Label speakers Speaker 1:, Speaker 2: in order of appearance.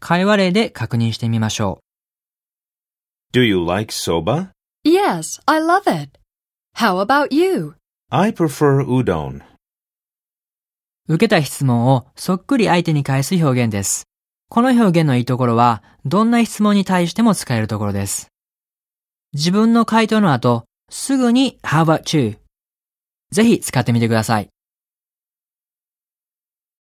Speaker 1: 会話例で確認してみましょ
Speaker 2: Do you like soba?
Speaker 3: Yes, I love it. How about you?
Speaker 2: I prefer udon.
Speaker 1: う。受けた質問をそっくり相手に返す表現です。この表現のいいところは、どんな質問に対しても使えるところです。自分の回答の後、すぐに How about you? ぜひ使ってみてください。